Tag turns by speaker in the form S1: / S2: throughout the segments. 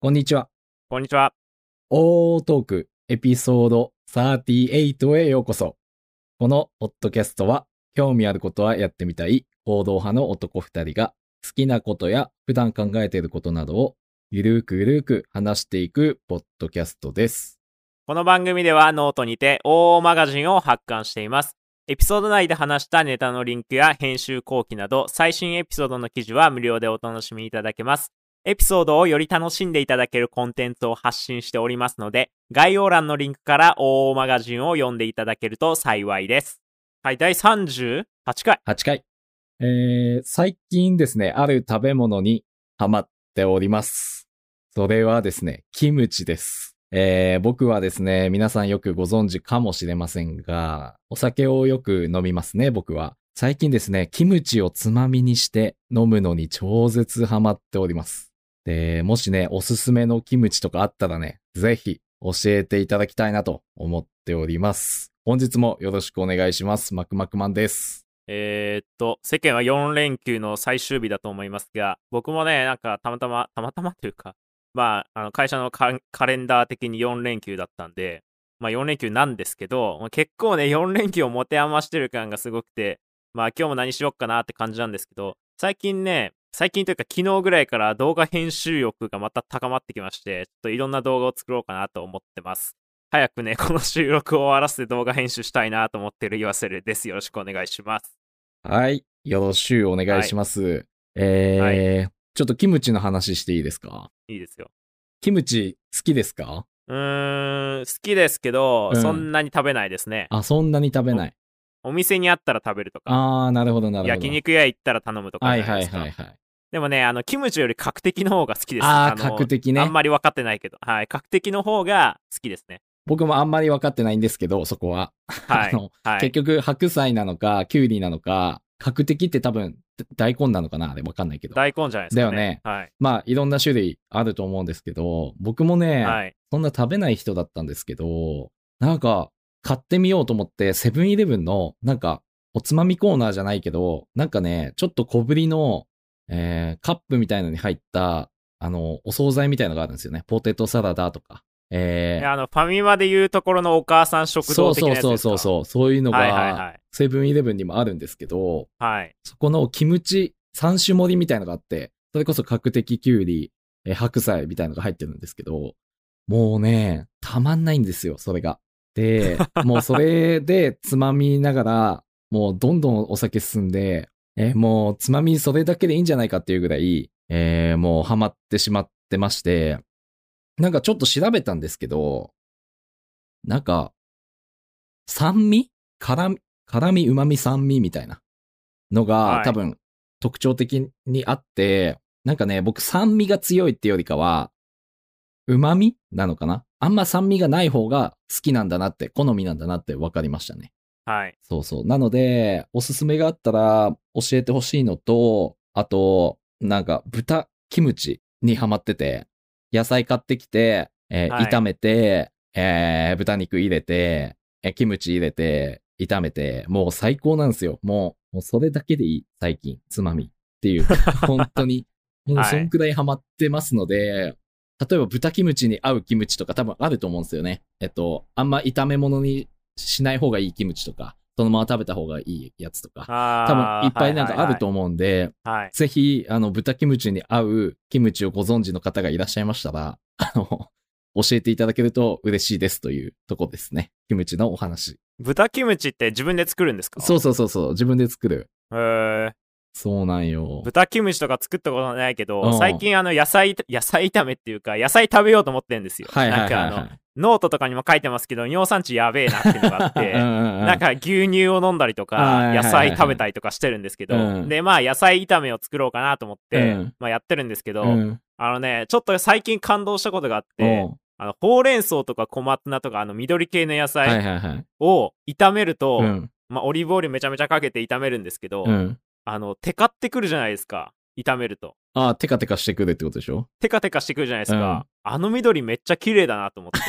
S1: こんにちは。
S2: こんにちは。
S1: オートークエピソード38へようこそ。このポッドキャストは、興味あることはやってみたい行動派の男2人が、好きなことや普段考えていることなどを、ゆるーくゆるーく話していくポッドキャストです。
S2: この番組ではノートにて OO マガジンを発刊しています。エピソード内で話したネタのリンクや編集後期など最新エピソードの記事は無料でお楽しみいただけます。エピソードをより楽しんでいただけるコンテンツを発信しておりますので、概要欄のリンクから OO マガジンを読んでいただけると幸いです。はい、第38回。
S1: 8回。えー、最近ですね、ある食べ物にハマっております。それはですね、キムチです。えー、僕はですね、皆さんよくご存知かもしれませんが、お酒をよく飲みますね、僕は。最近ですね、キムチをつまみにして飲むのに超絶ハマっております。で、もしね、おすすめのキムチとかあったらね、ぜひ教えていただきたいなと思っております。本日もよろしくお願いします。マクマクマンです。
S2: えーっと、世間は4連休の最終日だと思いますが、僕もね、なんかたまたま、たまたまというか、まあ、あの会社のカカレンダー的に4連休だったんで、まあ4連休なんですけど、まあ結構ね、4連休を持て余してる感がすごくて、まあ今日も何しよっかなって感じなんですけど、最近ね、最近というか昨日ぐらいから動画編集欲がまた高まってきまして、ちょっといろんな動画を作ろうかなと思ってます。早くね、この収録を終わらせて動画編集したいなと思ってる岩瀬です。よろしくお願いします。
S1: はい。よろしゅうお願いします。えーちょっとキムチの話していいですか
S2: いいですよ。
S1: キムチ好きですか
S2: うーん、好きですけど、
S1: うん
S2: そんなに食べないですね。
S1: あ、そんなに食べない。
S2: お店にあったら食べるとか、
S1: あー、なるほど、なるほど。
S2: 焼肉屋行ったら頼むとか
S1: は
S2: じ
S1: い
S2: ゃな
S1: は
S2: い
S1: い
S2: ですか。
S1: はいはい。
S2: でもね、あの、キムチより角的の方が好きです。
S1: あー、
S2: の
S1: 角的
S2: あ
S1: ね
S2: ん。まり分かってないけど、はい、角的の方が好きですね。
S1: 僕もあんまり分かってないんですけど、そこは。
S2: はい
S1: あの、
S2: はい。
S1: 結局、白菜なのか、キュウリなのか、角的って多分、大根なのかなあれ分かんないけど。
S2: 大根じゃないですか、ね。
S1: だまあ、いろんな種類あると思うんですけど、僕もね、
S2: はい。はい。
S1: そんな食べない人だったんですけど、なんか、買ってみようと思って、セブンイレブンの、なんか、おつまみコーナーじゃないけど、なんかね、ちょっと小ぶりの、えーカップみたいのに入った、あの、お惣菜みたいのがあるんですよね。ポテトサラダとか。え
S2: で
S1: ー
S2: あの、ファミマで言うところのお母さん食
S1: そ
S2: 堂
S1: う
S2: 的な
S1: そう
S2: やつです
S1: そ
S2: か
S1: うそうそう、そういうの
S2: はいはい
S1: が、
S2: はい。
S1: セブンイレブンにもあるんですけど、
S2: はい。
S1: そこのキムチ3種盛りみたいのがあって、それこそ角的きゅうり、えー白菜みたいのが入ってるんですけど、もうね、たまんないんですよ、それが。で、もうそれでつまみながら、もうどんどんお酒進んで、えーもうつまみそれだけでいいんじゃないかっていうぐらい、えーもうハマってしまってまして、なんかちょっと調べたんですけど、なんか、酸味辛み、辛み、旨み、酸味みたいなのが、
S2: はい
S1: 多分特徴的にあって、なんかね、僕酸味が強いってよりかは、旨味なのかなあんま酸味がない方が好きなんだなって、好みなんだなって分かりましたね。
S2: はい。
S1: そうそう。なので、おすすめがあったら教えてほしいのと、あと、なんか豚キムチにハマってて、野菜買ってきて、えー
S2: はい
S1: 炒めて、えー豚肉入れて、えーキムチ入れて、炒めて、もう最高なんですよ。もう、もうそれだけでいい、最近、つまみって いう、本当に。もうそんくらいハマってますので、例えば豚キムチに合うキムチとか多分あると思うんですよね。えっと、あんま炒め物にしない方がいいキムチとか、そのまま食べた方がいいやつとか、多
S2: あ
S1: 分
S2: ー
S1: いっぱいなんかあると
S2: は
S1: 思うんで、
S2: いはいはい。はい
S1: ぜひ、あの、豚キムチに合うキムチをご存知の方がいらっしゃいましたら、あの、教えていただけると嬉しいですというとこですね。キムチのお話。
S2: 豚キムチって自分で作るんですか
S1: そうそうそうそう、自分で作る。
S2: へー
S1: そうなんよ。
S2: 豚キムチとか作ったことないけ
S1: う
S2: ど
S1: ん、
S2: 最近あの野菜、野菜炒めっていうか、野菜食べようと思ってるんですよ。
S1: はいはい
S2: な
S1: は
S2: ん
S1: い、
S2: か
S1: は
S2: あ
S1: い
S2: の、。ノートとかにも書いてますけど、尿酸値やべえなっていうのがあっ て、
S1: な
S2: なん、か牛乳を飲んだりと
S1: はい
S2: か
S1: はいは、い
S2: 野菜食べたりとかしてるんですけど、
S1: うん
S2: で、まあ野菜炒めを作ろうかなと思って、
S1: うん
S2: まあやってるんですけど、
S1: うん
S2: あのね、ちょっと最近感動したことがあっ
S1: う
S2: て、
S1: ん
S2: あの、ほうれん草とか小松菜とか、あの緑系の野
S1: はい
S2: 菜
S1: はいはい。
S2: を炒めると、
S1: うん。
S2: まあオリーブオイルめちゃめちゃかけて炒めるんですけど、
S1: うん。
S2: あの、テカってくるじゃないですか、炒めると。
S1: ああ、テカテカしてくるってことでしょ
S2: テカテカしてくるじゃないですか、あの緑めっちゃ綺麗だなと思 って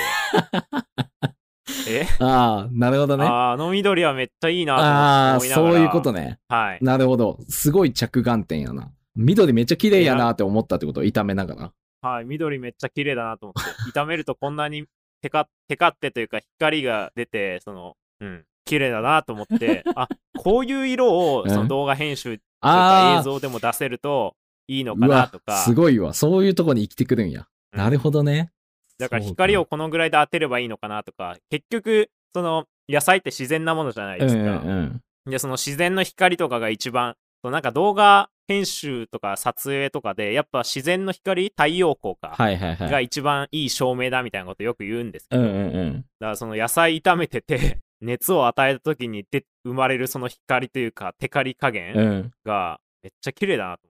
S2: え
S1: ああ、なるほどね。あ
S2: ああの緑はめっちゃいいなと
S1: あ
S2: 思
S1: ー、
S2: いながら
S1: そういうことね。
S2: はい
S1: なるほど。すごい着眼点やな。緑めっちゃ綺麗やなって思ったってこと炒めながら。
S2: はい、緑めっちゃ綺麗だなと思って。炒めるとこんなにテカテカってというか光が出て、その、うん、綺麗だなと 思って、あ、こういう色を
S1: うん
S2: その動画編集とか映
S1: あ
S2: 像でも出せるといいの
S1: あ、
S2: か
S1: う
S2: な
S1: わ
S2: とか、、
S1: すごいわ。そういうとこに生きてくるんや。
S2: うん
S1: なるほどね。
S2: だから
S1: そう
S2: 光をこのぐらいで当てればいいのかなとか、結局、その野菜って自然なものじゃない
S1: うん
S2: で
S1: う
S2: す
S1: ん
S2: か。
S1: うん。
S2: で、その自然の光とかが一番、そうなんか動画編集とか撮影とかで、やっぱ自然の光、太陽光か、
S1: はいはいは
S2: が
S1: い。
S2: 一番いい照明だみたいなことよく言うんですけ
S1: う
S2: ど、
S1: んう
S2: だ
S1: んうん。
S2: からその野菜炒めてて、 熱を与えた時にで生まれるその光というか、テカリ加
S1: う
S2: 減
S1: ん。
S2: がめっちゃ綺麗だなと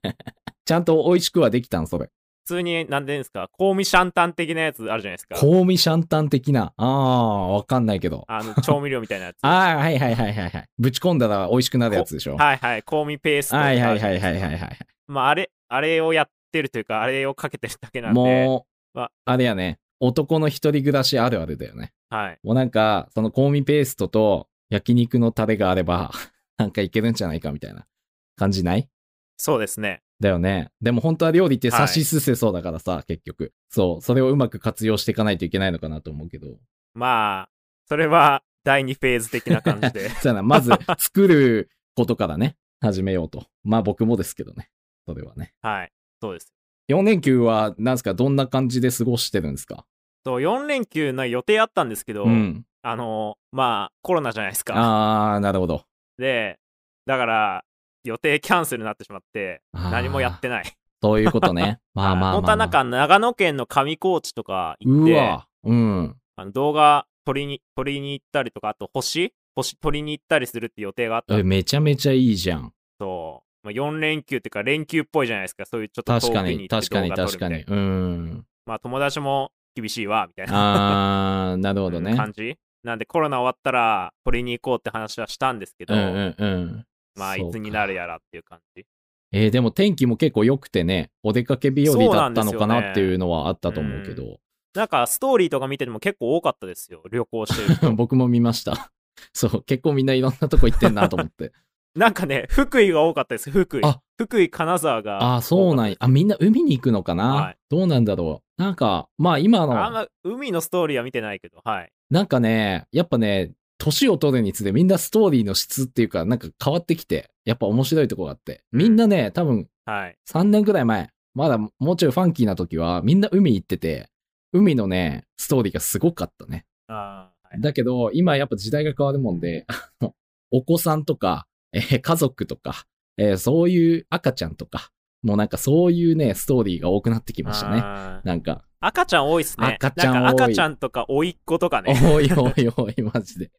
S2: 思って。
S1: ちゃんと美味しくはできたん、それ。
S2: 普通に、なんていうんですか、香味シャンタン的なやつあるじゃないですか。
S1: 香味シャンタン的な。ああ、わかんないけど。
S2: あの調味料みたいなやつ。
S1: ああ、はいはいはいはいはい。ぶち込んだら美味しくなるやつでしょ。
S2: はいはい、香味ペーストとかあ
S1: は
S2: る
S1: い
S2: じゃ
S1: は
S2: な
S1: い
S2: いですか。
S1: はいはいはいはい。
S2: まあ、あれ、あれをやってるというか、あれをかけてるだけなんで。
S1: もう
S2: ま、
S1: あれやね、男の一人暮らしあるあるだよね。
S2: はい。
S1: もうなんか、その香味ペーストと焼肉のタレがあれば、 なんかいけるんじゃないかみたいな感じない
S2: そうですね。
S1: だよね。でも本当は料理って
S2: は
S1: 差
S2: い
S1: しすせそうだからさ、結局。そう、それをうまく活用していかないといけないのかなと思うけど。。
S2: まあ、それは第2フェーズ的な感じで
S1: そうやな、まず作ることからね、始めようと。まあ僕もですけどね。それはね。
S2: はい。そうです。
S1: 4連休は、なんすか、どんな感じで過ごしてるんですか
S2: と4連休の予定あったんですけど、
S1: うん。
S2: あの、まあ、コロナじゃないですか。
S1: あー、なるほど。
S2: で、だから、予定キャンセルになってしまって、
S1: あー
S2: 何もやってない。
S1: そういうこと ね。まあまあまあ、まあ。
S2: 本当はなんか、長野県の上高地とか行っ
S1: う
S2: て、
S1: わ。うん。
S2: あの動画撮りに、撮りに行ったりとか、あと星星撮りに行ったりするって予定があったんですけど
S1: えめちゃめちゃいいじゃん。
S2: そう、まあ、4連休っていうか連休っぽいじゃないですかそういうちょっと
S1: 確
S2: 遠く
S1: か
S2: に
S1: に、
S2: 行って
S1: 確
S2: 動
S1: かに、
S2: 画撮る
S1: 確
S2: みた
S1: か
S2: い
S1: に。
S2: な
S1: うん。
S2: まあ友達も厳しいわみたい
S1: あ
S2: な
S1: ー、なるほどね。
S2: 感じなんでコロナ終わったらこれに行こうって話はしたんですけど、
S1: うんうんうん。
S2: まあ
S1: そう
S2: い
S1: か
S2: つになるやらっていう感じ
S1: えーでも天気も結構良くてね、お出かけ日和だったのかなっていうのはあったと思うけ
S2: そう
S1: ど、
S2: なんかストーリーとか見てても結構多かったですよ旅行して る人
S1: 僕も見ました。 そう、結構みんないろんなとこ行ってんなと思 って。
S2: なんかね福井が多かったです福井
S1: あ
S2: 福井金沢が
S1: ああ、そうなんや。あ、みんな海に行くのかな、
S2: はい
S1: どうなんだろう。なんか、まあ今
S2: あん
S1: の、
S2: ま海のストーリーは見てないけどはい
S1: なんかね、やっぱね、年を取るにつれみんなストーリーの質っていうか、なんか変わってきて、やっぱ面白いとこがあって。みんなね、多分
S2: はい
S1: 3年くらい前、まだもうちょいファンキーな時は、みんな海行ってて、海のね、ストーリーがすごかったね。
S2: あーはい
S1: だけど、今やっぱ時代が変わるもんで、あのお子さんとか、えー家族とか、えーそういう赤ちゃんとか、もうなんかそういうね、ストーリーが多くなってきましたね。
S2: あー
S1: なんか、
S2: 赤ちゃん多いっすね
S1: 赤ちゃん多い
S2: なんか赤ちゃんとか甥っ子とか ね
S1: おいおいおい、 マジで。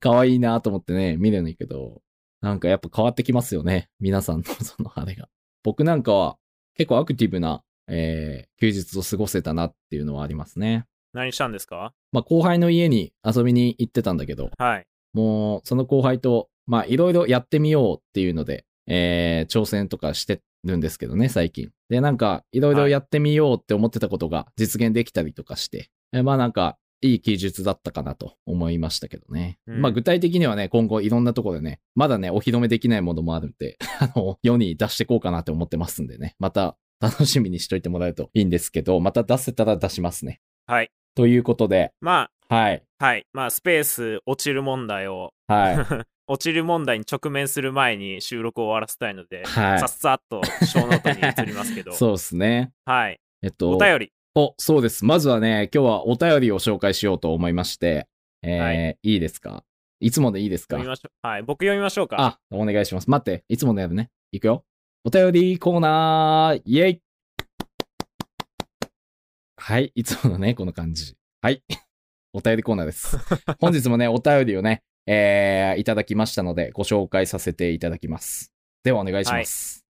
S1: 可愛いなと思ってね、見るんだけど、なんかやっぱ変わってきますよね。皆さんの そのあれが。僕なんかは結構アクティブな、えー休日を過ごせたなっていうのはありますね。
S2: 何したんですか
S1: まあ後輩の家に遊びに行ってたんだけど、
S2: はい。
S1: もう、その後輩と、まあ、いろいろやってみようっていうので、えー、挑戦とかしてるんですけどね、最近。で、なんか、いろいろやってみようって思ってたことが実現できたりとかして、えーまあ、なんか、いい技術だったかなと思いましたけどね。
S2: うん
S1: まあ、具体的にはね、今後いろんなところでね、まだね、お披露目できないものもあるんで、 あの、世に出していこうかなって思ってますんでね、また楽しみにしといてもらえるといいんですけど、また出せたら出しますね。
S2: はい。
S1: ということで、
S2: ま
S1: はい、
S2: あ、はい。まあ、スペース落ちる問題を、
S1: はい、
S2: 落ちる問題に直面する前に収録を終わらせたいので、
S1: はい
S2: さっさっと小ノートに移りますけど、
S1: そうですね。
S2: はい。
S1: えっと、
S2: お便り。
S1: お、そうです。まずはね、今日はお便りを紹介しようと思いまして、えー、
S2: はい
S1: いですかいつもでいいですか
S2: 読みましょう。はい。僕読みましょうか。
S1: あ、お願いします。待って、いつものやるね。いくよ。お便りコーナー、イェイはい、いつものね、この感じ。はい。 お便りコーナー です。本日もね、お便りをね、えー、いただきましたので、ご紹介させていただきます。では、お願いします。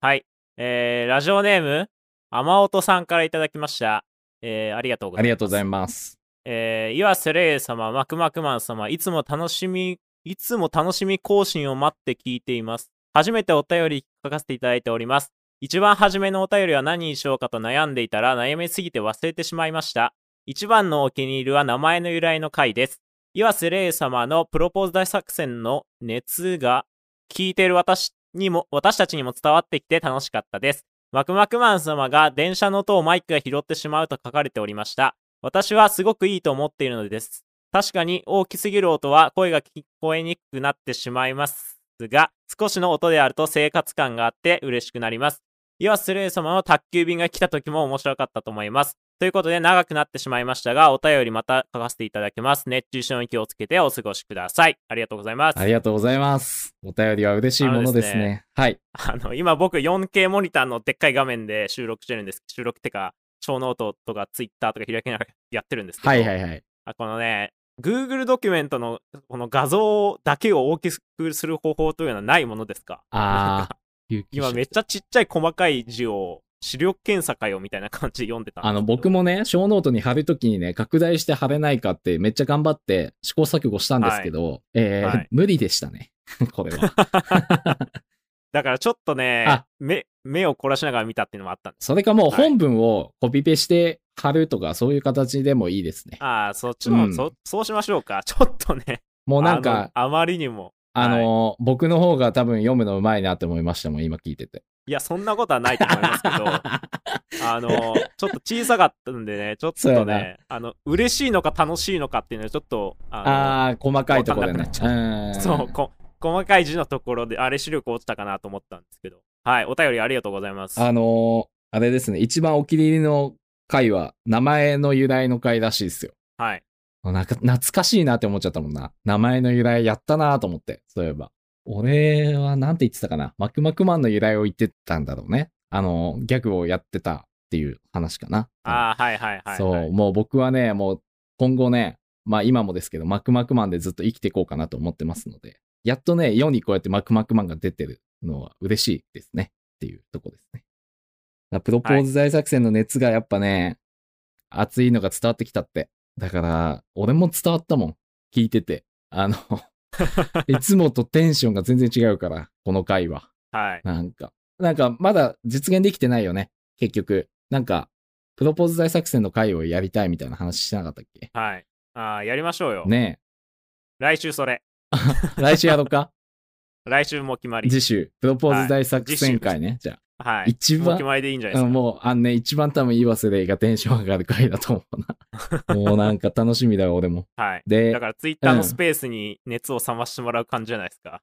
S2: はい。えー、ラジオネーム、天音さんからいただきました。えー、ありがとうござ
S1: あ
S2: います。
S1: りがとうござい
S2: ます。
S1: ます。
S2: えー、岩瀬礼様、マクマクマン様、いつも楽しみ、いつも楽しみ更新を待って聞いています。初めてお便り書かせていただいております。一番初めのお便りは何にしようかと悩んでいたら悩みすぎて忘れてしまいました。一番のお気に入りは名前の由来の回です。岩瀬礼様のプロポーズ大作戦の熱が聞いている私にも、私たちにも伝わってきて楽しかったです。マクマクマン様が電車の音をマイクが拾ってしまうと書かれておりました。私はすごくいいと思っているのです。確かに大きすぎる音は声が聞こえにくくなってしまいますが、少しの音であると生活感があって嬉しくなります。岩スレイ様の宅急便が来た時も面白かったと思います。ということで長くなってしまいましたが、お便りまた書かせていただきます。熱中症に気をつけてお過ごしください。ありがとうございます。
S1: ありがとうございます。お便りは嬉しいものですね。すねはい。
S2: あの、今僕 4K モニターのでっかい画面で収録してるんです。収録ってか、小ノートとか Twitter とか開きながらやってるんですけど。
S1: はいはいはい。
S2: あこのね、Google ドキュメントのこの画像だけを大きくする方法というのはないものですか
S1: ああ。
S2: 今めっちゃちっちゃい細かい字を視力検査かよみたいな感じで読んでた
S1: あの僕もね小ノートに貼るときにね拡大して貼れないかってめっちゃ頑張って試行錯誤したんですけど、はい、えーはい、無理でしたね これは
S2: だからちょっとね目目を凝らしながら見たっていうのもあったんです
S1: それかもう本文をコピペして貼るとかそういう形でもいいですね、
S2: はい、ああそっちの、うん、そそうしましょうかちょっとね
S1: もうなんか
S2: あまりにも
S1: あの、はい、僕の方が多分読むのうまいなって思いましたもん、今聞いてて。
S2: いや、そんなことはないと思います けど、あの、ちょっと小さかったん でね、ちょっとね、あの、嬉しいのか楽しいのかっていうのはちょっと、
S1: ああ、細かいところでね。
S2: そうこ、細かい字のところで、あれ視力落ちたかなと思ったんですけど、はい、お便りありがとうございます。
S1: あのー、あれですね、一番お気に入りの回は、名前の由来の回らしいですよ。
S2: はい。
S1: なんか懐かしいなって思っちゃったもんな。名前の由来やったなと思って。そういえば。俺はなんて言ってたかな。マクマクマンの由来を言ってたんだろうね。あの、ギャグをやってたっていう話かな。
S2: ああ、はいはいはい、はい、
S1: そう、もう僕はね、もう今後ね、まあ今もですけど、マクマクマンでずっと生きていこうかなと思ってますので、やっとね、世にこうやってマクマクマンが出てるのは嬉しいですね。っていうとこですね。プロポーズ大作戦の熱がやっぱね、はい、熱いのが伝わってきたって。だから、俺も伝わったもん。聞いてて。あの いつもとテンションが全然違うから、この回は。
S2: はい。
S1: なんか、なんかまだ実現できてないよね。結局。なんか、プロポーズ大作戦の回をやりたいみたいな話してなかったっけ
S2: はい。ああ、やりましょうよ。
S1: ねえ。
S2: 来週それ。
S1: 来週やろう か
S2: 来週も決まり。
S1: 次週、プロポーズ大作戦回ね。はい、じゃあ。
S2: はい。
S1: 一番。
S2: お決まりでいいんじゃないですか。
S1: もう、あのね、一番多分、岩瀬レイがテンション上がる回だと思 うな。もうなんか楽しみだよ、俺も。
S2: はい。で、だからツイッターのスペースに熱を冷ましてもらう感じじゃないですか。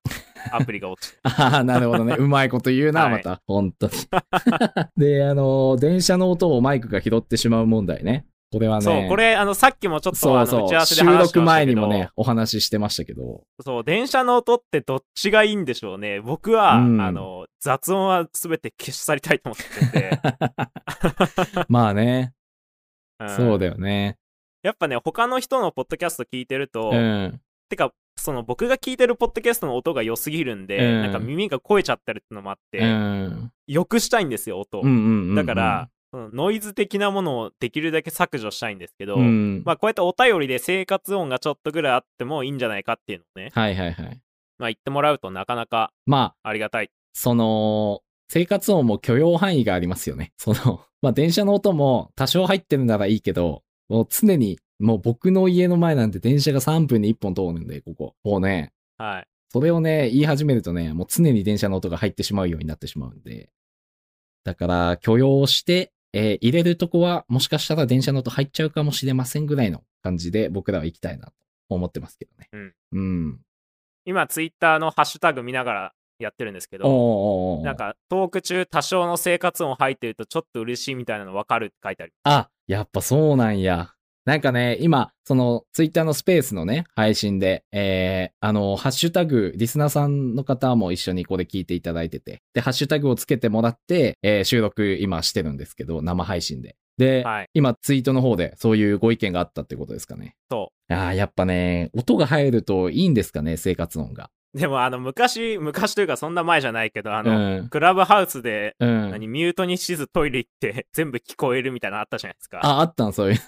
S2: アプリが 落ちて。
S1: ああ、なるほどね。うまいこと言うな、はい、また。本当に。 で、あのー、電車の音をマイクが拾ってしまう問題ね。これはね。
S2: そう、これ、あの、さっきもちょっとそうそう打ち
S1: 収録前にもね、お話ししてましたけど。
S2: そう、電車の音ってどっちがいいんでしょうね。僕は、うん、あの、雑音は全て消し去りたいと思って て。
S1: まあね、うん、そうだよね。
S2: やっぱね、他の人のポッドキャスト聞いてると、
S1: うん、、
S2: てか、その僕が聞いてるポッドキャストの音が良すぎるんで、なんか耳が超えちゃってるってのもあって、うんよくしたいんですよ、音。
S1: うんうんうんうん、
S2: だから、ノイズ的なものをできるだけ削除したいんですけど、
S1: うん、
S2: まあ、こうやってお便りで生活音がちょっとぐらいあってもいいんじゃないかっていうのね、
S1: はいはいはい
S2: まあ、言ってもらうとなかなか
S1: ま
S2: あありがたい、まあ、
S1: その生活音も許容範囲がありますよね その、まあ、電車の音も多少入ってるならいいけどもう常にもう僕の家の前なんて電車が3分に1本通るんでここもうね、
S2: はい、
S1: それをね言い始めるとねもう常に電車の音が入ってしまうようになってしまうんでだから許容してえー、入れるとこはもしかしたら電車の音入っちゃうかもしれませんぐらいの感じで僕らは行きたいなと思ってますけどね。
S2: うん。
S1: うん、
S2: 今ツイッターのハッシュタグ見ながらやってるんですけど、
S1: おーおーおー
S2: なんかトーク中多少の生活音入ってるとちょっと嬉しいみたいなの分かるって書いてある。
S1: あ、やっぱそうなんや。なんかね、今、そのツイッターのスペースのね、配信で、えー、あの、ハッシュタグ、リスナーさんの方も一緒にこれ聞いていただいてて、で、ハッシュタグをつけてもらって、えー、収録今してるんですけど、生配信で。で、
S2: はい、
S1: 今ツイートの方でそういうご意見があったってことですかね。。
S2: そう
S1: ああ、やっぱね、音が入るといいんですかね、生活音が。
S2: でもあの昔、昔というかそんな前じゃないけど、あの、うん、クラブハウスで、
S1: うん、
S2: 何ミュートにしずトイレ行って 全部聞こえるみたいなのあったじゃないですか。
S1: あ、あったんそう いう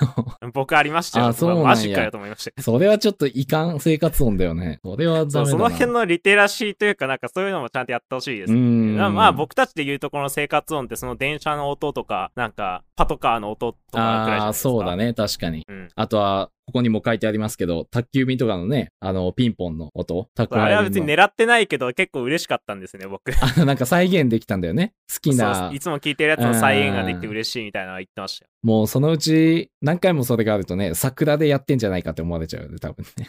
S2: の。僕ありましたよ。あ、そうマジかよと思いました。
S1: それはちょっといかん生活音だよね。それは
S2: その辺のリテラシーというかなんかそういうのもちゃんとやってほしいです、ね。まあ僕たちで言うとこの生活音ってその電車の音とか、なんかパトカーの音とかくらいじゃないですか。あ
S1: そうだね、確かに。
S2: うん、
S1: あとはここにも書いてありますけど、宅急便とかのね、あの、ピンポンの音、宅
S2: あれは別に
S1: の
S2: 狙ってないけど、結構嬉しかったんですね、僕。好
S1: あの、なんか再現できたんだよね。好きな、
S2: いつも聞いてるやつの再現ができて嬉しいみたいなのは言ってましたよ。
S1: もうそのうち何回もそれがあるとね、桜でやってんじゃないかって思われちゃうよね、多分 ね。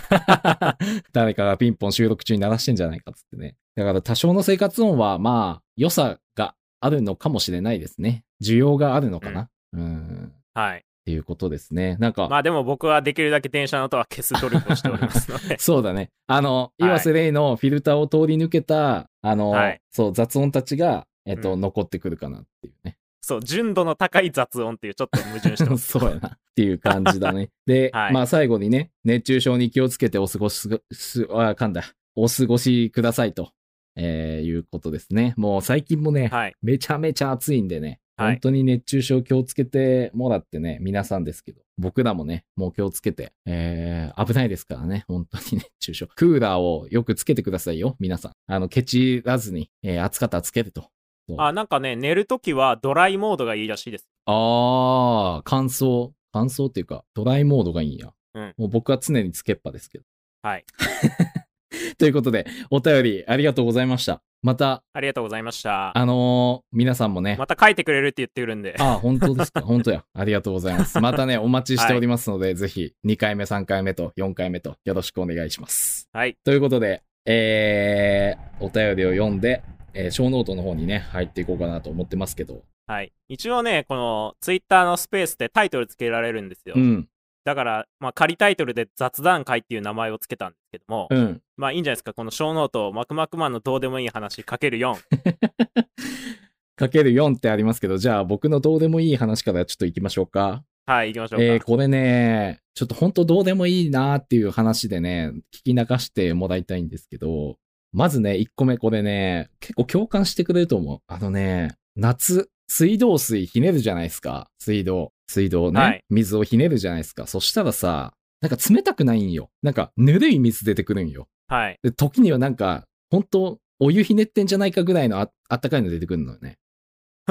S1: 誰かがピンポン収録中に鳴らしてんじゃないかっつってね。だから多少の生活音はまあ、良さがあるのかもしれないですね。需要があるのかな。うん。
S2: はい。
S1: っていうことですね。なんか、
S2: まあでも僕はできるだけ電車の音は消す努力をしておりますの で。
S1: そうだね。あの、
S2: はい
S1: 岩瀬レイのフィルターを通り抜けた、あの、
S2: はい
S1: そう、雑音たちが、えっと、
S2: うん
S1: 残ってくるかなっていうね。
S2: そう、純度の高い雑音っていうちょっと矛盾してます。
S1: そうやな。っていう感じだ ね。で、
S2: はい
S1: まあ最後にね、熱中症に気をつけてお過ごしすが、すあ、噛んだ。お過ごしくださいと、えーいうことですね。もう最近もね、
S2: はい。
S1: めちゃめちゃ暑いんでね、
S2: はい
S1: 本当に熱中症気をつけてもらってね、皆さんですけど、僕らもね、もう気をつけて、えー、危ないですからね、本当に熱中症。クーラーをよくつけてくださいよ、皆さん。あの、ケチらずに、えー、暑かったらつけると。
S2: あ、なんかね、寝るときはドライモードがいいらしいです。
S1: あー、乾燥。乾燥っていうか、ドライモードがいいんや。
S2: うん
S1: もう僕は常につけっぱですけど。
S2: はい。
S1: ということで、お便りありがとうございました。また、
S2: ありがとうございました。
S1: あのー皆さんもね、
S2: また書いてくれるって言ってくるんで。
S1: ああ、本当 ですか。本当や。ありがとうございます。またね、お待ちしておりますので、ぜひ、2回目、3回目と4回目とよろしくお願いします。
S2: はい。
S1: ということで、えー、お便りを読んで、えー、小ノートの方にね、入っていこうかなと思ってますけど。
S2: はい。一応ね、このツイッターのスペースでタイトルつけられるんですよ。
S1: うん、
S2: だから、まあ仮タイトルで雑談会っていう名前をつけたんですけども、
S1: うん。
S2: まあいいんじゃないですか、この小ノート、マクマクマンのどうでもいい話かける4。
S1: かける4ってありますけど、じゃあ僕のどうでもいい話からちょっと行きましょうか。
S2: はい、行きましょうか。
S1: えー、これね、ちょっと本当どうでもいいなーっていう話でね、聞き流してもらいたいんですけど、まずね、1個目これね、結構共感してくれると思う。あのね、夏、水道水ひねるじゃないですか。水道、水道ね、
S2: はい
S1: 水をひねるじゃないですか。そしたらさ、なんか冷たくないんよ。なんかぬるい水出てくるんよ。
S2: はい。
S1: で、時にはなんか、本当お湯ひねってんじゃないかぐらいのああったかいの出てくるのよ ね。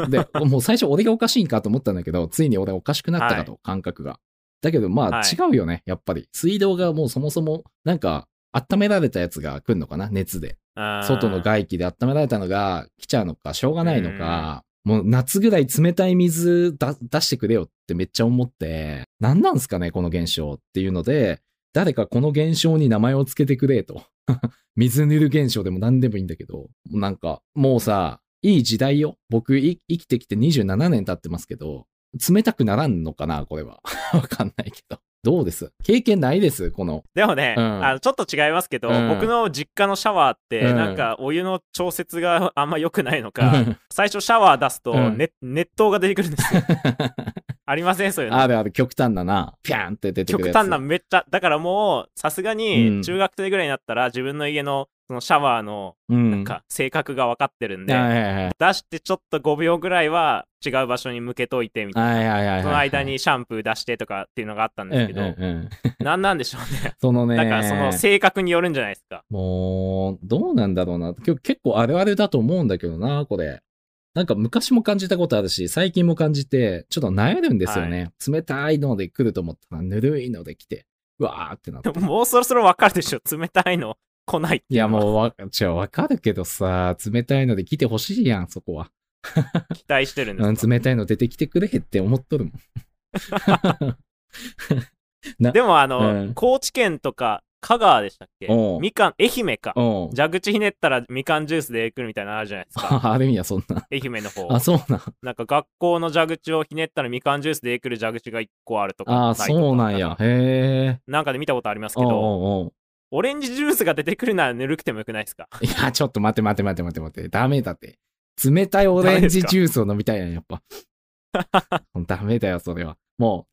S1: で、もう最初俺がおかしいんかと思ったんだけど、ついに俺おかしくなったかと、感覚が。だけど、まあ
S2: はい
S1: 違うよね、やっぱり。水道がもうそもそも、なんか、温められたやつが来るのかな、熱で。
S2: あー
S1: 外の外気で温められたのが来ちゃうのか、しょうがないのか、もう夏ぐらい冷たい水だ出してくれよってめっちゃ思って、何なんすかね、この現象っていうので、誰かこの現象に名前をつけてくれと。 水ぬる現象でも何でもいいんだけど、なんか、もうさ、いい時代よ。僕、い生きてきて27年経ってますけど、冷たくならんのかな、これは。 わかんないけど。どうです経験ないです、この。
S2: でもね、
S1: うん
S2: あのちょっと違いますけど、
S1: うん
S2: 僕の実家のシャワーって、
S1: うん
S2: なんかお湯の調節が あんま良くないのか、
S1: うん
S2: 最初シャワー出すと、
S1: うん
S2: ね熱湯が出てくるんですよ。 ありませんそういうの。
S1: あるある、極端だな。ピャーンって出てくる
S2: 極
S1: やつ。
S2: 端なめっちゃ、だからもう、さすが
S1: うん
S2: に中学生ぐらいになったら、自分の家のそのシャワーの
S1: うん。
S2: か性格が分かってるんで、
S1: はいはいはい。
S2: 出してちょっと5秒ぐらいは違う場所に向けといてみたいな。
S1: はいはいはいはい。
S2: その間にシャンプー出してとかっていうのがあった
S1: う
S2: ん
S1: んう
S2: です
S1: ん
S2: けど、
S1: うん。
S2: なんなんでしょうね。
S1: その ね、
S2: だからその性格によるんじゃないですか。
S1: もう、どうなんだろうな。今日結構あるあるだと思うんだけどな、これ。なんか昔も感じたことあるし、最近も感じて、ちょっと悩るんですよね。冷たいので来ると思ったら、ぬるいので来て、うわーってなって。
S2: もうそろそろ分かるでしょ。冷たいの来ないって
S1: いや、もうわ、じゃわかるけどさ、冷たいので来てほしいやん、そこは。
S2: う期待してるんです
S1: う
S2: か
S1: ん、冷たいの出てきてくれへって思っとるもん。
S2: でもあの、
S1: うん
S2: 高知県とか香川でしたっけ
S1: おう
S2: みかん、愛媛か。
S1: おう
S2: 蛇口ひねったらみかんジュースで来るみたいなのあるじゃないです か。
S1: あるんや、そんな。
S2: 愛媛の方。
S1: あ、そうなん。
S2: なんか学校の蛇口をひねったらみかんジュースで来る蛇口が1個あるとか。
S1: ああ、
S2: いとか
S1: そうなんや。。へえ。
S2: なんかで見たことありますけ
S1: おう
S2: ど。
S1: おうおう
S2: オレンジジュースが出てくるならぬるくてもよくないですか
S1: いや、ちょっと待って待って待って待って待って。ダメだって。冷たいオレンジジュースを飲みたいやん、やっ ぱ。ダメだよ、それは。も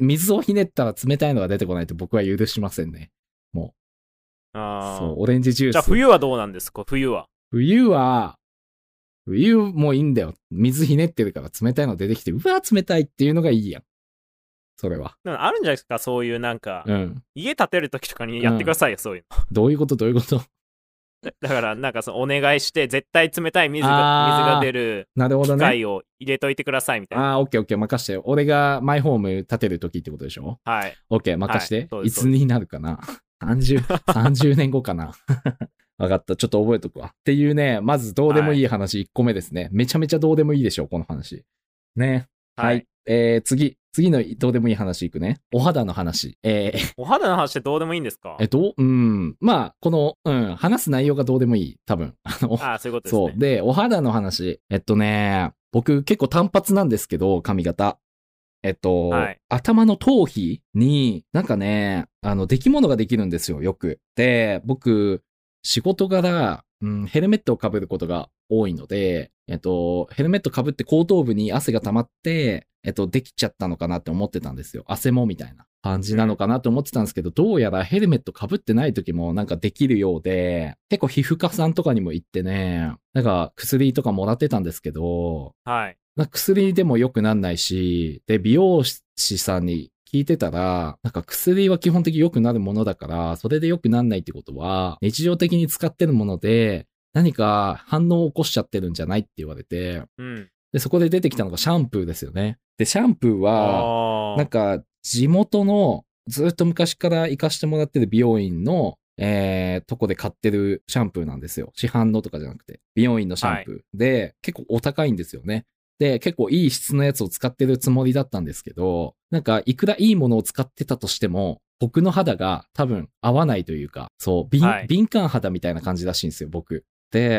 S1: う、水をひねったら冷たいのが出てこないと僕は許しませんね。
S2: あー
S1: そう、オレンジジュース。
S2: じゃあ冬はどうなんですか冬は。
S1: 冬は、冬もいいんだよ。水ひねってるから冷たいの出てきて、うわ、冷たいっていうのがいいやん。それは。
S2: でもあるんじゃないですかそういうなんか、
S1: うん。
S2: 家建てるときとかにやってくださいよ、そういう
S1: どういうことどういうこと
S2: だから、なんかそのお願いして、絶対冷たい水
S1: あ
S2: が
S1: ー
S2: 水が出る
S1: なるほど
S2: 機
S1: ね。
S2: 械を入れといてくださいみたいな。
S1: ああ、オッケーオッケー、任して。俺がマイホーム建てる時ってことでしょ
S2: はい。
S1: オッケー、任し
S2: は
S1: て
S2: い。そう
S1: い、
S2: です
S1: つになるかな ?30、30年後かな わかった。ちょっと覚えとくわ。っていうね、まずどうでもいい話1個目ですね。めちゃめちゃどうでもいいでしょう、この話。ね。はい。
S2: はい。
S1: えー、次。次のどうでもいい話いくね。お肌の話。えー、
S2: お肌の話ってどうでもいいんですか
S1: えっと、うん。まあ、この、うん、話す内容がどうでもいい。多分。あの、
S2: ああ、そういうことですね。
S1: そう。で、お肌の話。えっとね、僕結構単発なんですけど、髪型。えっと、
S2: はい
S1: 頭の頭皮に、なんかね、あの、出来物ができるんですよ、よく。で、僕、仕事柄、うん、ヘルメットをかぶることが多いので、えっと、ヘルメットかぶって後頭部に汗が溜まって、えっと、できちゃったのかなって思ってたんですよ。汗もみたいな感じなのかなって思ってたんですけど、どうやらヘルメットかぶってない時もなんかできるようで、結構皮膚科さんとかにも行ってね、なんか薬とかもらってたんですけど、
S2: はい。
S1: なんか薬でも良くなんないし、で、美容師さんに聞いてたら、なんか薬は基本的に良くなるものだから、それで良くなんないってことは、日常的に使ってるもので、何か反応を起こしちゃってるんじゃないって言われて、
S2: うん。
S1: で、そこで出てきたのがシャンプーですよね。で、シャンプーは、
S2: あ
S1: なん
S2: ー
S1: か、地元の、ずっと昔から行かしてもらってる美容院の、えー、とこで買ってるシャンプーなんですよ。市販のとかじゃなくて、美容院のシャンプー。で、結構お高いんですよね。で、結構いい質のやつを使ってるつもりだったんですけど、なんか、いくらいいものを使ってたとしても、僕の肌が多分合わないというか、そう、敏
S2: はい
S1: 敏感肌みたいな感じらしいんですよ、僕。で、
S2: へ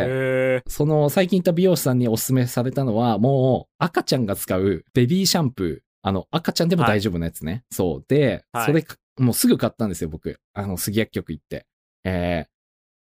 S2: え。
S1: その最近行った美容師さんにお勧めされたのは、もう赤ちゃんが使うベビーシャンプー。あの、赤ちゃんでも大丈夫なやつね。そう。で、
S2: はい
S1: それ、もうすぐ買ったんですよ、僕。あの、杉薬局行って。え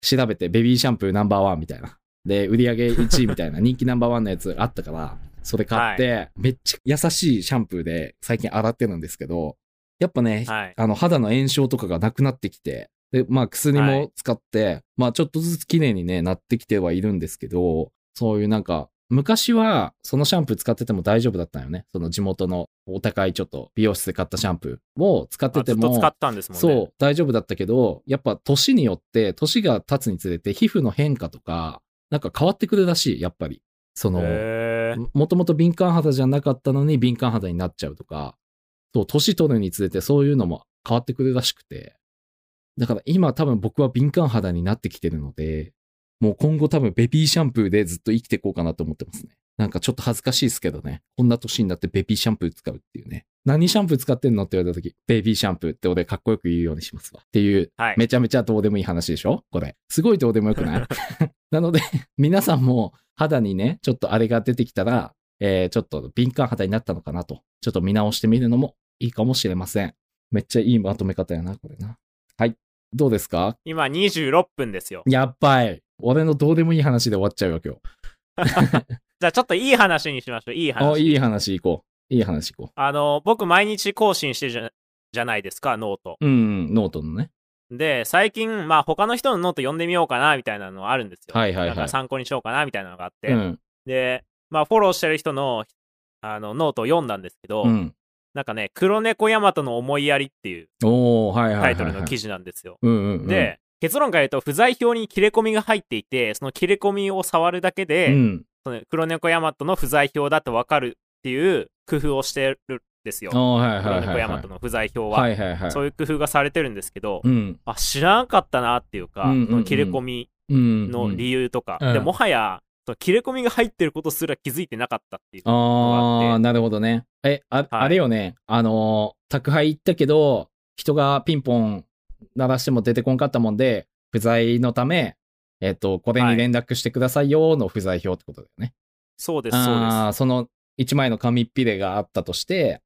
S1: ー、調べて、ベビーシャンプーナンバーワンみたいな。で、売り上げ1位みた いな、人気ナンバーワンのやつあったから、それ買って、めっちゃ優しいシャンプーで最近洗ってるんですけど、やっぱね、
S2: はい。
S1: あの肌の炎症とかがなくなってきて、で、まあ薬
S2: は
S1: も
S2: い
S1: 使って、まあちょっとずつ綺麗にね、なってきてはいるんですけど、そういうなんか、昔はそのシャンプー使ってても大丈夫だったんよね。その地元のお高いちょっと美容室で買ったシャンプーを使って
S2: あず
S1: て
S2: っと
S1: も、
S2: 使ってたんですもんね。
S1: そう、大丈夫だったけど、やっぱ年によって、年が経つにつれて皮膚の変化とか、なんか変わってくるらしい、やっぱり。その、
S2: へえ。
S1: もともと敏感肌じゃなかったのに敏感肌になっちゃうとか、そう、年取るにつれてそういうのも変わってくるらしくて。だから今多分僕は敏感肌になってきてるので、もう今後多分ベビーシャンプーでずっと生きていこうかなと思ってますね。なんかちょっと恥ずかしいですけどね。こんな年になってベビーシャンプー使うっていうね。何シャンプー使ってんのって言われた時、ベビーシャンプーって俺かっこよく言うようにしますわ。っていう
S2: はい。
S1: めちゃめちゃどうでもいい話でしょこれ。すごいどうでもよく ないなので、皆さんも肌にね、ちょっとあれが出てきたら、えーちょっと敏感肌になったのかなと、ちょっと見直してみるのもいいかもしれません。めっちゃいいまとめ方やな、これな。はい。どうですか
S2: 今26分で すよ。
S1: やっばい。俺のどうでもいい話で終わっちゃうわ、今
S2: じゃあちょっといい話にしましょう。い
S1: 日。
S2: い
S1: あ、
S2: 話。
S1: いい話行こう。いい話行こ
S2: あの、僕毎日更新してるじゃじゃないですか、ノート。
S1: う。うん、うんノートのね。
S2: で、最近、まあ他の人のノート読んでみようかな、みたいなのあるんですよ。
S1: はいはいはい
S2: なんか参考にしようかな、みたいなのがあって。
S1: うん。
S2: で、まあフォローしてる人のあのノートを読んだんですけど、
S1: うん。
S2: なんかね、黒猫ヤマトの思いやりっていう
S1: おー、はいはいはい、
S2: タイトルの記
S1: 事。
S2: 事なんですよ。
S1: うんうん、うん。
S2: で、結論から言うと、不在票に切れ込みが入っていて、その切れ込みを触るだけ
S1: う
S2: で、
S1: ん。
S2: その黒猫ヤマトの不在票だと分かるっていう工夫をしてるんですよ。
S1: おー、はいはい
S2: 黒
S1: はい、
S2: 猫
S1: はい。
S2: ヤマトの不在票は。
S1: はいはいはい。
S2: そうういう工夫がされてるんですけど、
S1: ん。
S2: あ知らなかったなっていうか、
S1: うんうんうん
S2: その切れ込み
S1: うん。
S2: の理由とか、
S1: うん
S2: でもはやその切れ込みが入ってることすら気づいてなかったっていう。
S1: あ
S2: があっ
S1: あ、
S2: て
S1: なるほどね。え、あ,、あれよね。あのー、宅配行ったけど、人がピンポン鳴らしても出てこんかったもんで、不在のため、えっ、と、これ
S2: は
S1: に
S2: い
S1: 連絡してくださいよの不在表ってことだよね。
S2: そうです、そうです。
S1: ああ、その1枚の紙っぴれがあったとして、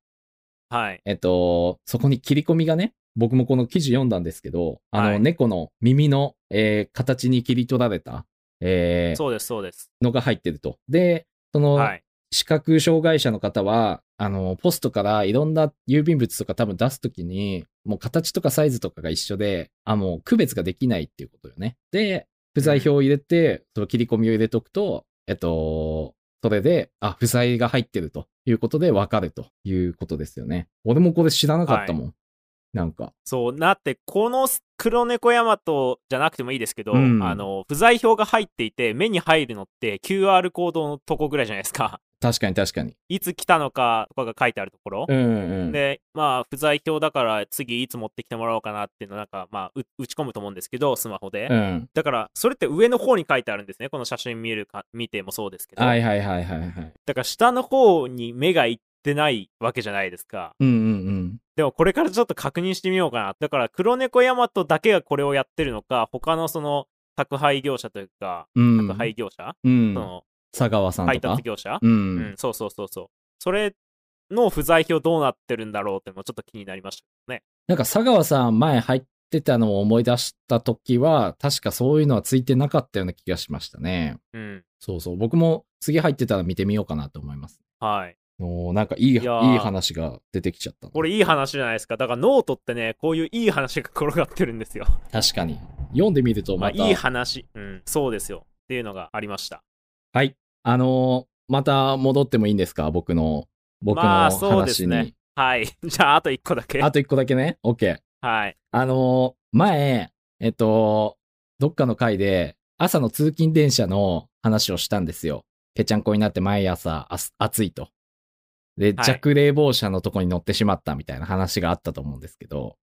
S2: はい。
S1: えっと、そこに切り込みがね、僕もこの記事読んだんですけど、あの、
S2: はい
S1: 猫の耳の、えー形に切り取られた、えー
S2: そうです、そうです。
S1: のが入ってると。で、その、
S2: はい。
S1: 視覚障害者の方は、あの、ポストからいろんな郵便物とか多分出すときに、もう形とかサイズとかが一緒で、あ、もう区別ができないっていうことよね。で、不在表を入れて、その切り込みを入れとくと、えっと、それで、あ、不在が入ってるということで分かるということですよね。俺もこれ知らなかったもん。なんか。
S2: そうなってこの黒猫ヤマトじゃなくてもいいですけど、
S1: うん
S2: あの不在票が入っていて目に入るのって QR コードのとこぐらいじゃないですか
S1: 確かに確かに。
S2: いつ来たのかとかが書いてあるところ、
S1: うんうん。
S2: でまあ不在票だから次いつ持ってきてもらおうかなっていうのなんかまあう打ち込むと思うんですけどスマホで、
S1: うん。
S2: だからそれって上の方に書いてあるんですねこの写真見るか見てもそうですけど、
S1: はいはいはいはいはい。
S2: だから下の方に目がいってないわけじゃないですか
S1: うんうんうん。
S2: でもこれからちょっと確認してみようかな。だから黒猫ヤマトだけがこれをやってるのか、他のその宅配業者というか、
S1: うん。
S2: 宅配業者、
S1: うん
S2: そ。の
S1: 佐川さん
S2: 配
S1: とか
S2: 達。業者、
S1: う
S2: うん
S1: ん。
S2: そうそうそうそう。それの不在票どうなってるんだろうってのもちょっと気になりましたね。
S1: なんか佐川さん前入ってたのを思い出した時は、確かそういうのはついてなかったような気がしましたね。
S2: うん。
S1: そうそう。僕も次入ってたら見てみようかなと思います。
S2: はい。
S1: おーなんかいい、いい
S2: いやー
S1: 話が出てきちゃったな。
S2: これいい話じゃないですか。だからノートってね、こういういい話が転がってるんですよ。
S1: 確かに。読んでみると
S2: まあ
S1: また。
S2: いい話。うん。そうですよ。っていうのがありました。
S1: はい。あのーまた戻ってもいいんですか僕の、僕の
S2: まあ
S1: 話に。
S2: そうですねはい。 じゃああと1個だけ。
S1: あと一個だけね。OK。
S2: はい。
S1: あのー前、えっと、どっかの回で、朝の通勤電車の話をしたんですよ。ぺちゃんこになって毎朝あす暑いと。で、
S2: はい
S1: 弱冷房車のとこに乗ってしまったみたいな話があったと思うんですけど、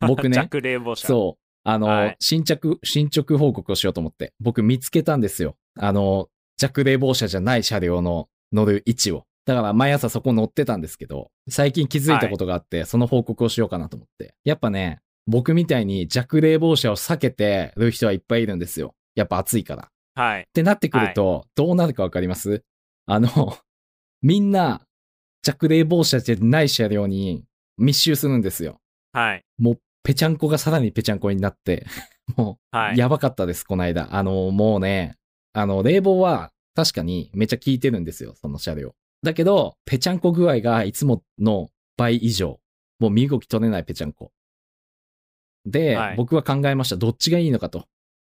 S1: 僕ね、
S2: 弱冷房者。
S1: そう。あの、
S2: はい
S1: 新着、進捗報告をしようと思って、僕見つけたんですよ。あの、弱冷房車じゃない車両の乗る位置を。だから毎朝そこ乗ってたんですけど、最近気づいたことがあって、その報告をしようかなと思って。やっぱね、僕みたいに弱冷房車を避けてる人はいっぱいいるんですよ。やっぱ暑いから。っ
S2: はい。
S1: てなってくると、どうなるかわかりますあの、みんな、弱冷房車じゃない車両に密集するんですよ。
S2: はい。
S1: もう、ぺちゃんこがさらにぺちゃんこになって、 も
S2: は
S1: う、
S2: い。
S1: やばかったです、この間。あの、もうね、あの、冷房は確かにめっちゃ効いてるんですよ、その車両。だけど、ぺちゃんこ具合がいつもの倍以上。もう身動き取れないぺちゃんこ。で、
S2: はい
S1: 僕は考えました。どっちがいいのかと。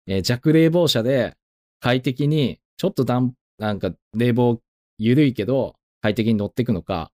S1: えー弱冷房車で快適に、ちょっと暖、なんか冷房緩いけど、快適に乗っていくのか、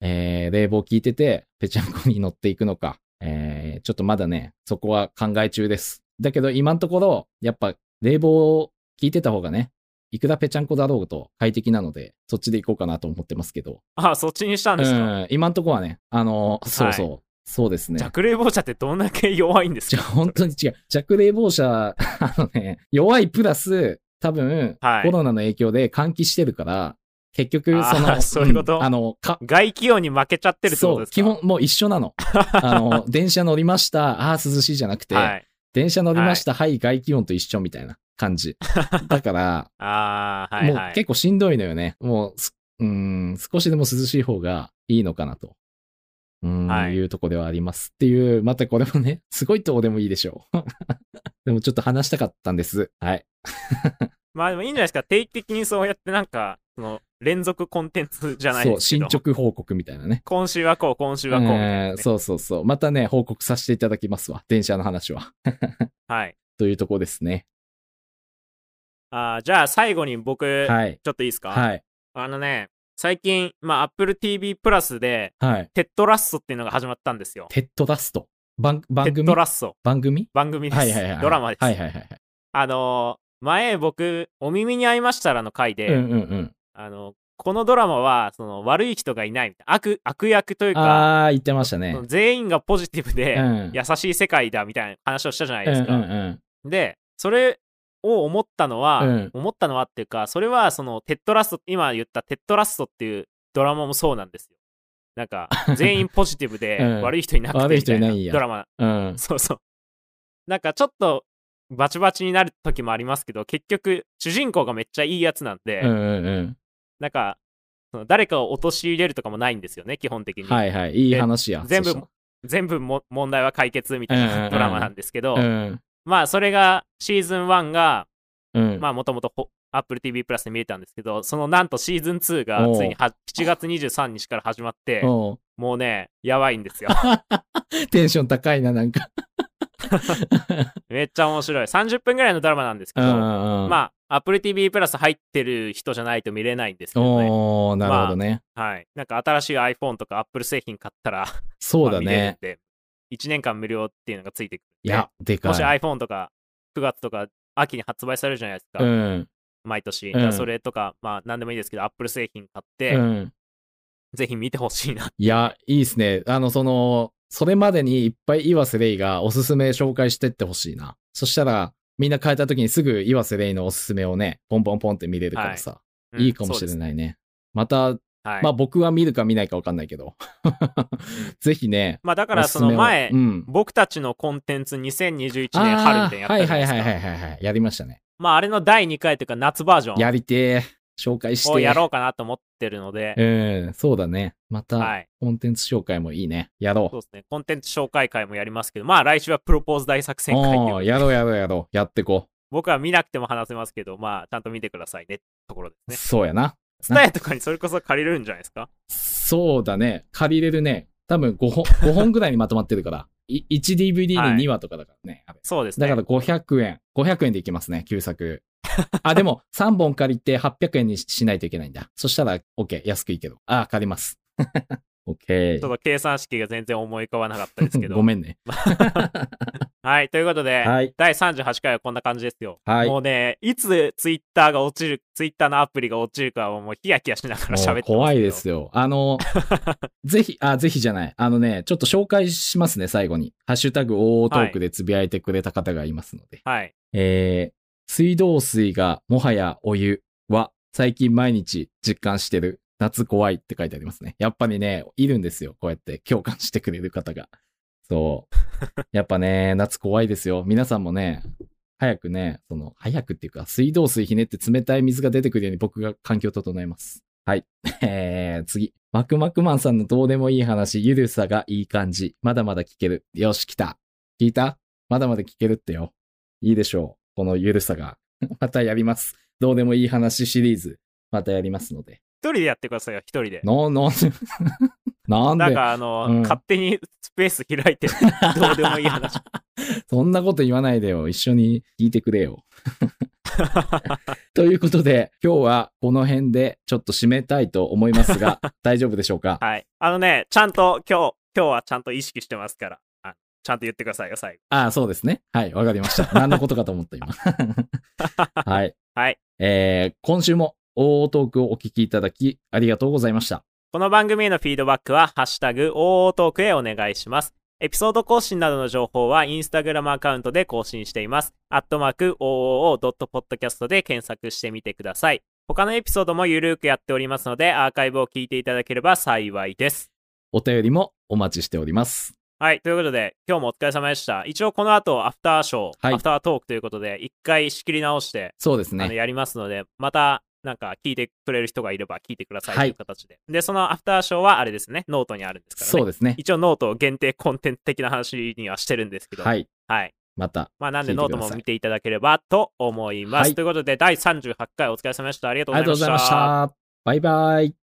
S1: えー、冷房効いてて、ぺちゃんこに乗っていくのか、えー、ちょっとまだね、そこは考え中です。だけど今のところ、やっぱ冷房効いてた方がね、いくらぺちゃんこだろうと快適なので、そっちで行こうかなと思ってますけど。
S2: あ、そっちにしたん
S1: う
S2: ですか。
S1: ん、今のところはね、あの、そうそう、そうですね。
S2: 弱冷房車ってどんだけ弱いんです
S1: じゃあ
S2: か
S1: 本当に違う。弱冷房車、 あのね、弱いプラス、多分、
S2: はい
S1: コロナの影響で換気してるから、結局、
S2: あー
S1: その、
S2: そういうこと
S1: んあの、か、
S2: 外気温に負けちゃってるってこと
S1: そう、
S2: ですか
S1: 基本もう一緒 なの。あの、電車乗りました、ああー、涼しいじゃなくて、
S2: はい。
S1: 電車乗りました、はい、外気温と一緒みたいな感じ。だから、
S2: ああ、はい
S1: も
S2: は
S1: う
S2: い。
S1: 結構しんどいのよね。もうす、うーん、少しでも涼しい方がいいのかなと。うーん、
S2: はい
S1: い、うとこではありますっていう、またこれもね、すごいとこでもいいでしょう。 でもちょっと話したかったんです。はい。
S2: まあでもいいんじゃないですか。定期的にそうやってなんか、その連続コンテンツじゃない
S1: そ
S2: で
S1: う、
S2: すけ
S1: 進
S2: ど。
S1: 捗報告みたいなね。
S2: 今週はこう、今週はこうみたいなね、
S1: えーそうそうそう。またね、報告させていただきますわ。電車の話は。
S2: はい。
S1: というとこですね。
S2: あーじゃあ最後に僕、
S1: はい。
S2: ちょっといいですか、
S1: はい。
S2: あのね、最近、まあ Apple TV プラスで、
S1: はい。
S2: テッドラッソっていうのが始まったんですよ。
S1: テッドダスト。番
S2: テ
S1: 番
S2: ッ
S1: 組
S2: ドラッソ。
S1: 番組
S2: 番組です。
S1: はいはいはい。
S2: ドラマです。
S1: はいはいはいはい。
S2: あのー前僕、お耳に合いましたらの回で、
S1: うんうんうん。
S2: あの、このドラマは、その、悪い人がいないみたいな、悪、悪役というか、
S1: あー、言ってましたね
S2: その。全員がポジティブ
S1: う
S2: で、
S1: ん。
S2: 優しい世界だみたいな話をしたじゃない
S1: うん
S2: で
S1: うん
S2: すか。
S1: うん。
S2: で、それを思ったのは、
S1: うん
S2: 思ったのはっていうか、それは、その、テッドラスト、今言ったテッドラストっていうドラマもそうなんですよ。なん か、全員ポジティブで、
S1: うん
S2: 悪い人いなくて
S1: 悪い
S2: み
S1: 人
S2: たい
S1: いないん
S2: な
S1: や
S2: ドラマ、
S1: うん。
S2: そうそう。なんか、ちょっと、バチバチになる時もありますけど、結局、主人公がめっちゃいいやつなんで、
S1: うんうんうん。
S2: なんか、その誰かを陥れるとかもないんですよね、基本的に。
S1: はいはい。いい話や。
S2: で全部
S1: そし
S2: 全部も問題は解決みたい
S1: うんうんう
S2: なんドラマなんですけど、
S1: たらうん。
S2: まあ、それがシーズン1が、
S1: うん。
S2: まあ、もともと Apple TV プラスで見れたんですけど、そのなんとシーズン2が
S1: おう
S2: ついには7月23日から始まって、
S1: おう
S2: もうね、やばいんですよ。
S1: テンション高いな、なんか。
S2: めっちゃ面白い。30分ぐらいのドラマなんですけ
S1: うん
S2: ど、
S1: うんうん。
S2: まあ、Apple TV プラス入ってる人じゃないと見れないんですけどね。
S1: おー、なるほどね。
S2: はい。なんか新しい iPhone とか Apple 製品買ったら、
S1: そうだ
S2: まあ見れるん
S1: ね。
S2: で1年間無料っていうのがついてくる
S1: い
S2: んで。
S1: や、でかい。
S2: もし iPhone とか9月とか秋に発売されるじゃないですか、
S1: うん。
S2: 毎年。
S1: ん
S2: だからそれとか、まあ何でもいいですけど、Apple 製品買って、
S1: うん。
S2: ぜひ見てほしいな。
S1: いや、いいですね。あの、その、それまでにいっぱい岩瀬レイがおすすめ紹介してってほしいな。そしたら、みんな変えた時にすぐ岩瀬レイのおすすめをね、ポンポンポンって見れるからさ、
S2: うん
S1: い、いかもしれ
S2: そうです
S1: ないね。また、
S2: はい。
S1: まあ
S2: まあ、
S1: 僕は見るか見ないかわかんないけど。ぜひね、
S2: だか
S1: お
S2: ら
S1: す
S2: そ
S1: すめを
S2: の前、
S1: うん。
S2: 僕たちのコンテンツ2021
S1: あ
S2: 年春みたいなのや
S1: ー
S2: った
S1: は
S2: じ
S1: いはいいはい
S2: ゃなですか。
S1: はいはいはい。やりましたね。
S2: まああれの第2回というか夏バージョ
S1: や
S2: ン
S1: りてー。紹介して。
S2: をやろうかなと思ってるので、
S1: うん、そうだね。ま
S2: は
S1: た、
S2: い。
S1: コンテンツ紹介もいいね。やろ
S2: そう
S1: う。
S2: ですね。コンテンツ紹介会もやりますけど、まあ来週はプロポーズ大作戦会っていうこ
S1: お
S2: と
S1: ー
S2: で
S1: やろうやろうやろう。やってこ
S2: 僕は見なくても話せますけど、まあちゃんと見てくださいねってところです
S1: う。
S2: ね。
S1: そうやな。
S2: スタヤとかにそれこそ借りれるんじゃないですか
S1: そうだね。借りれるね。多分5本、5本ぐらいにまとまってるから。い 1DVD に2話とかだからね。あれ
S2: そうですね。
S1: だから500円。500円でいきますね、旧作。あ、で も3本借りて800円にしないといけないんだ。そしたら、OK、安くいいけど。あ、借り ます。OK
S2: ちょ。っと計算式が全然思い浮かばなかったですけ ど。
S1: ごめんね。
S2: はい、ということで、
S1: はい。
S2: 第38回はこんな感じですよ。
S1: はい
S2: もうね、いつツイッターが落ちる、ツイッターのアプリが落ちるかはもうヒヤヒヤしながら喋ってますけど
S1: 怖いですよ。あ の、ぜひ、あ、ぜひじゃない。あのね、ちょっと紹介しますね、最後に。ハッシュタグ OO トークでつぶやいてくれた方がいますので。
S2: はい。
S1: えー、水道水がもはやお湯は最近毎日実感してる。夏怖いって書いてありますね。やっぱりね、いるんですよ。こうやって共感してくれる方が。そう。やっぱね、 夏怖いですよ。皆さんもね、早くね、その、早くっていうか、水道水ひねって冷たい水が出てくるように僕が環境を整えます。はい。 えー、次。マクマクマンさんのどうでもいい話、ゆるさがいい感じ。まだまだ聞ける。よし、来た。聞いたまだまだ聞けるってよ。いいでしょう。このゆるさが。 またやります。どうでもいい話シリーズ。またやりますので。
S2: 一人でやってくださいよ、一人で。
S1: の、の、 なん
S2: なん
S1: で、
S2: かあの、
S1: うん
S2: 勝手にスペース開い て、どうでもいい話。
S1: そんなこと言わないでよ。一緒に聞いてくれ よ。 ということで、今日はこの辺でちょっと締めたいと思います が、大丈夫でしょうか
S2: はい。あのね、ちゃんと今日、今日はちゃんと意識してますから、あちゃんと言ってくださいよ、最後。
S1: ああ、そうですね。はい、わかりました。 何のことかと思った今。はい。
S2: はい。
S1: えー、今週も、大トークをお聞きいただき、ありがとうございました。
S2: この番組へのフィードバックは、ハッシュタグ、OO トークへお願いします。エピソード更新などの情報は、インスタグラムアカウントで更新しています。アットマーク、OOO.podcast で検索してみてください。他のエピソードもゆるーくやっておりますので、アーカイブを聞いていただければ幸いです。
S1: お便りもお待ちしております。
S2: はい、ということで、今日もお疲れ様でした。一応この後、アフターショー、
S1: はい
S2: アフタートークということで、一回仕切り直して、
S1: そうです
S2: あの
S1: ね。
S2: やりますので、また、なんか聞いてくれる人がいれば聞いてくださいと
S1: はい
S2: いう形で。で、そのアフターショーはあれですね、ノートにあるんですからね。
S1: そうですね。
S2: 一応ノート限定コンテンツ的な話にはしてるんですけど、。
S1: はいい。また、
S2: まあ、な
S1: 聞
S2: んで
S1: いて
S2: ノ
S1: くだ
S2: ー
S1: さ
S2: ト
S1: い
S2: も見ていただければと思います。
S1: はい
S2: ということで、第38回お疲れ様でした。ありがと
S1: あ
S2: う
S1: り
S2: ござ
S1: が
S2: い
S1: とうご
S2: まし。
S1: ざいましたた。バイバイ。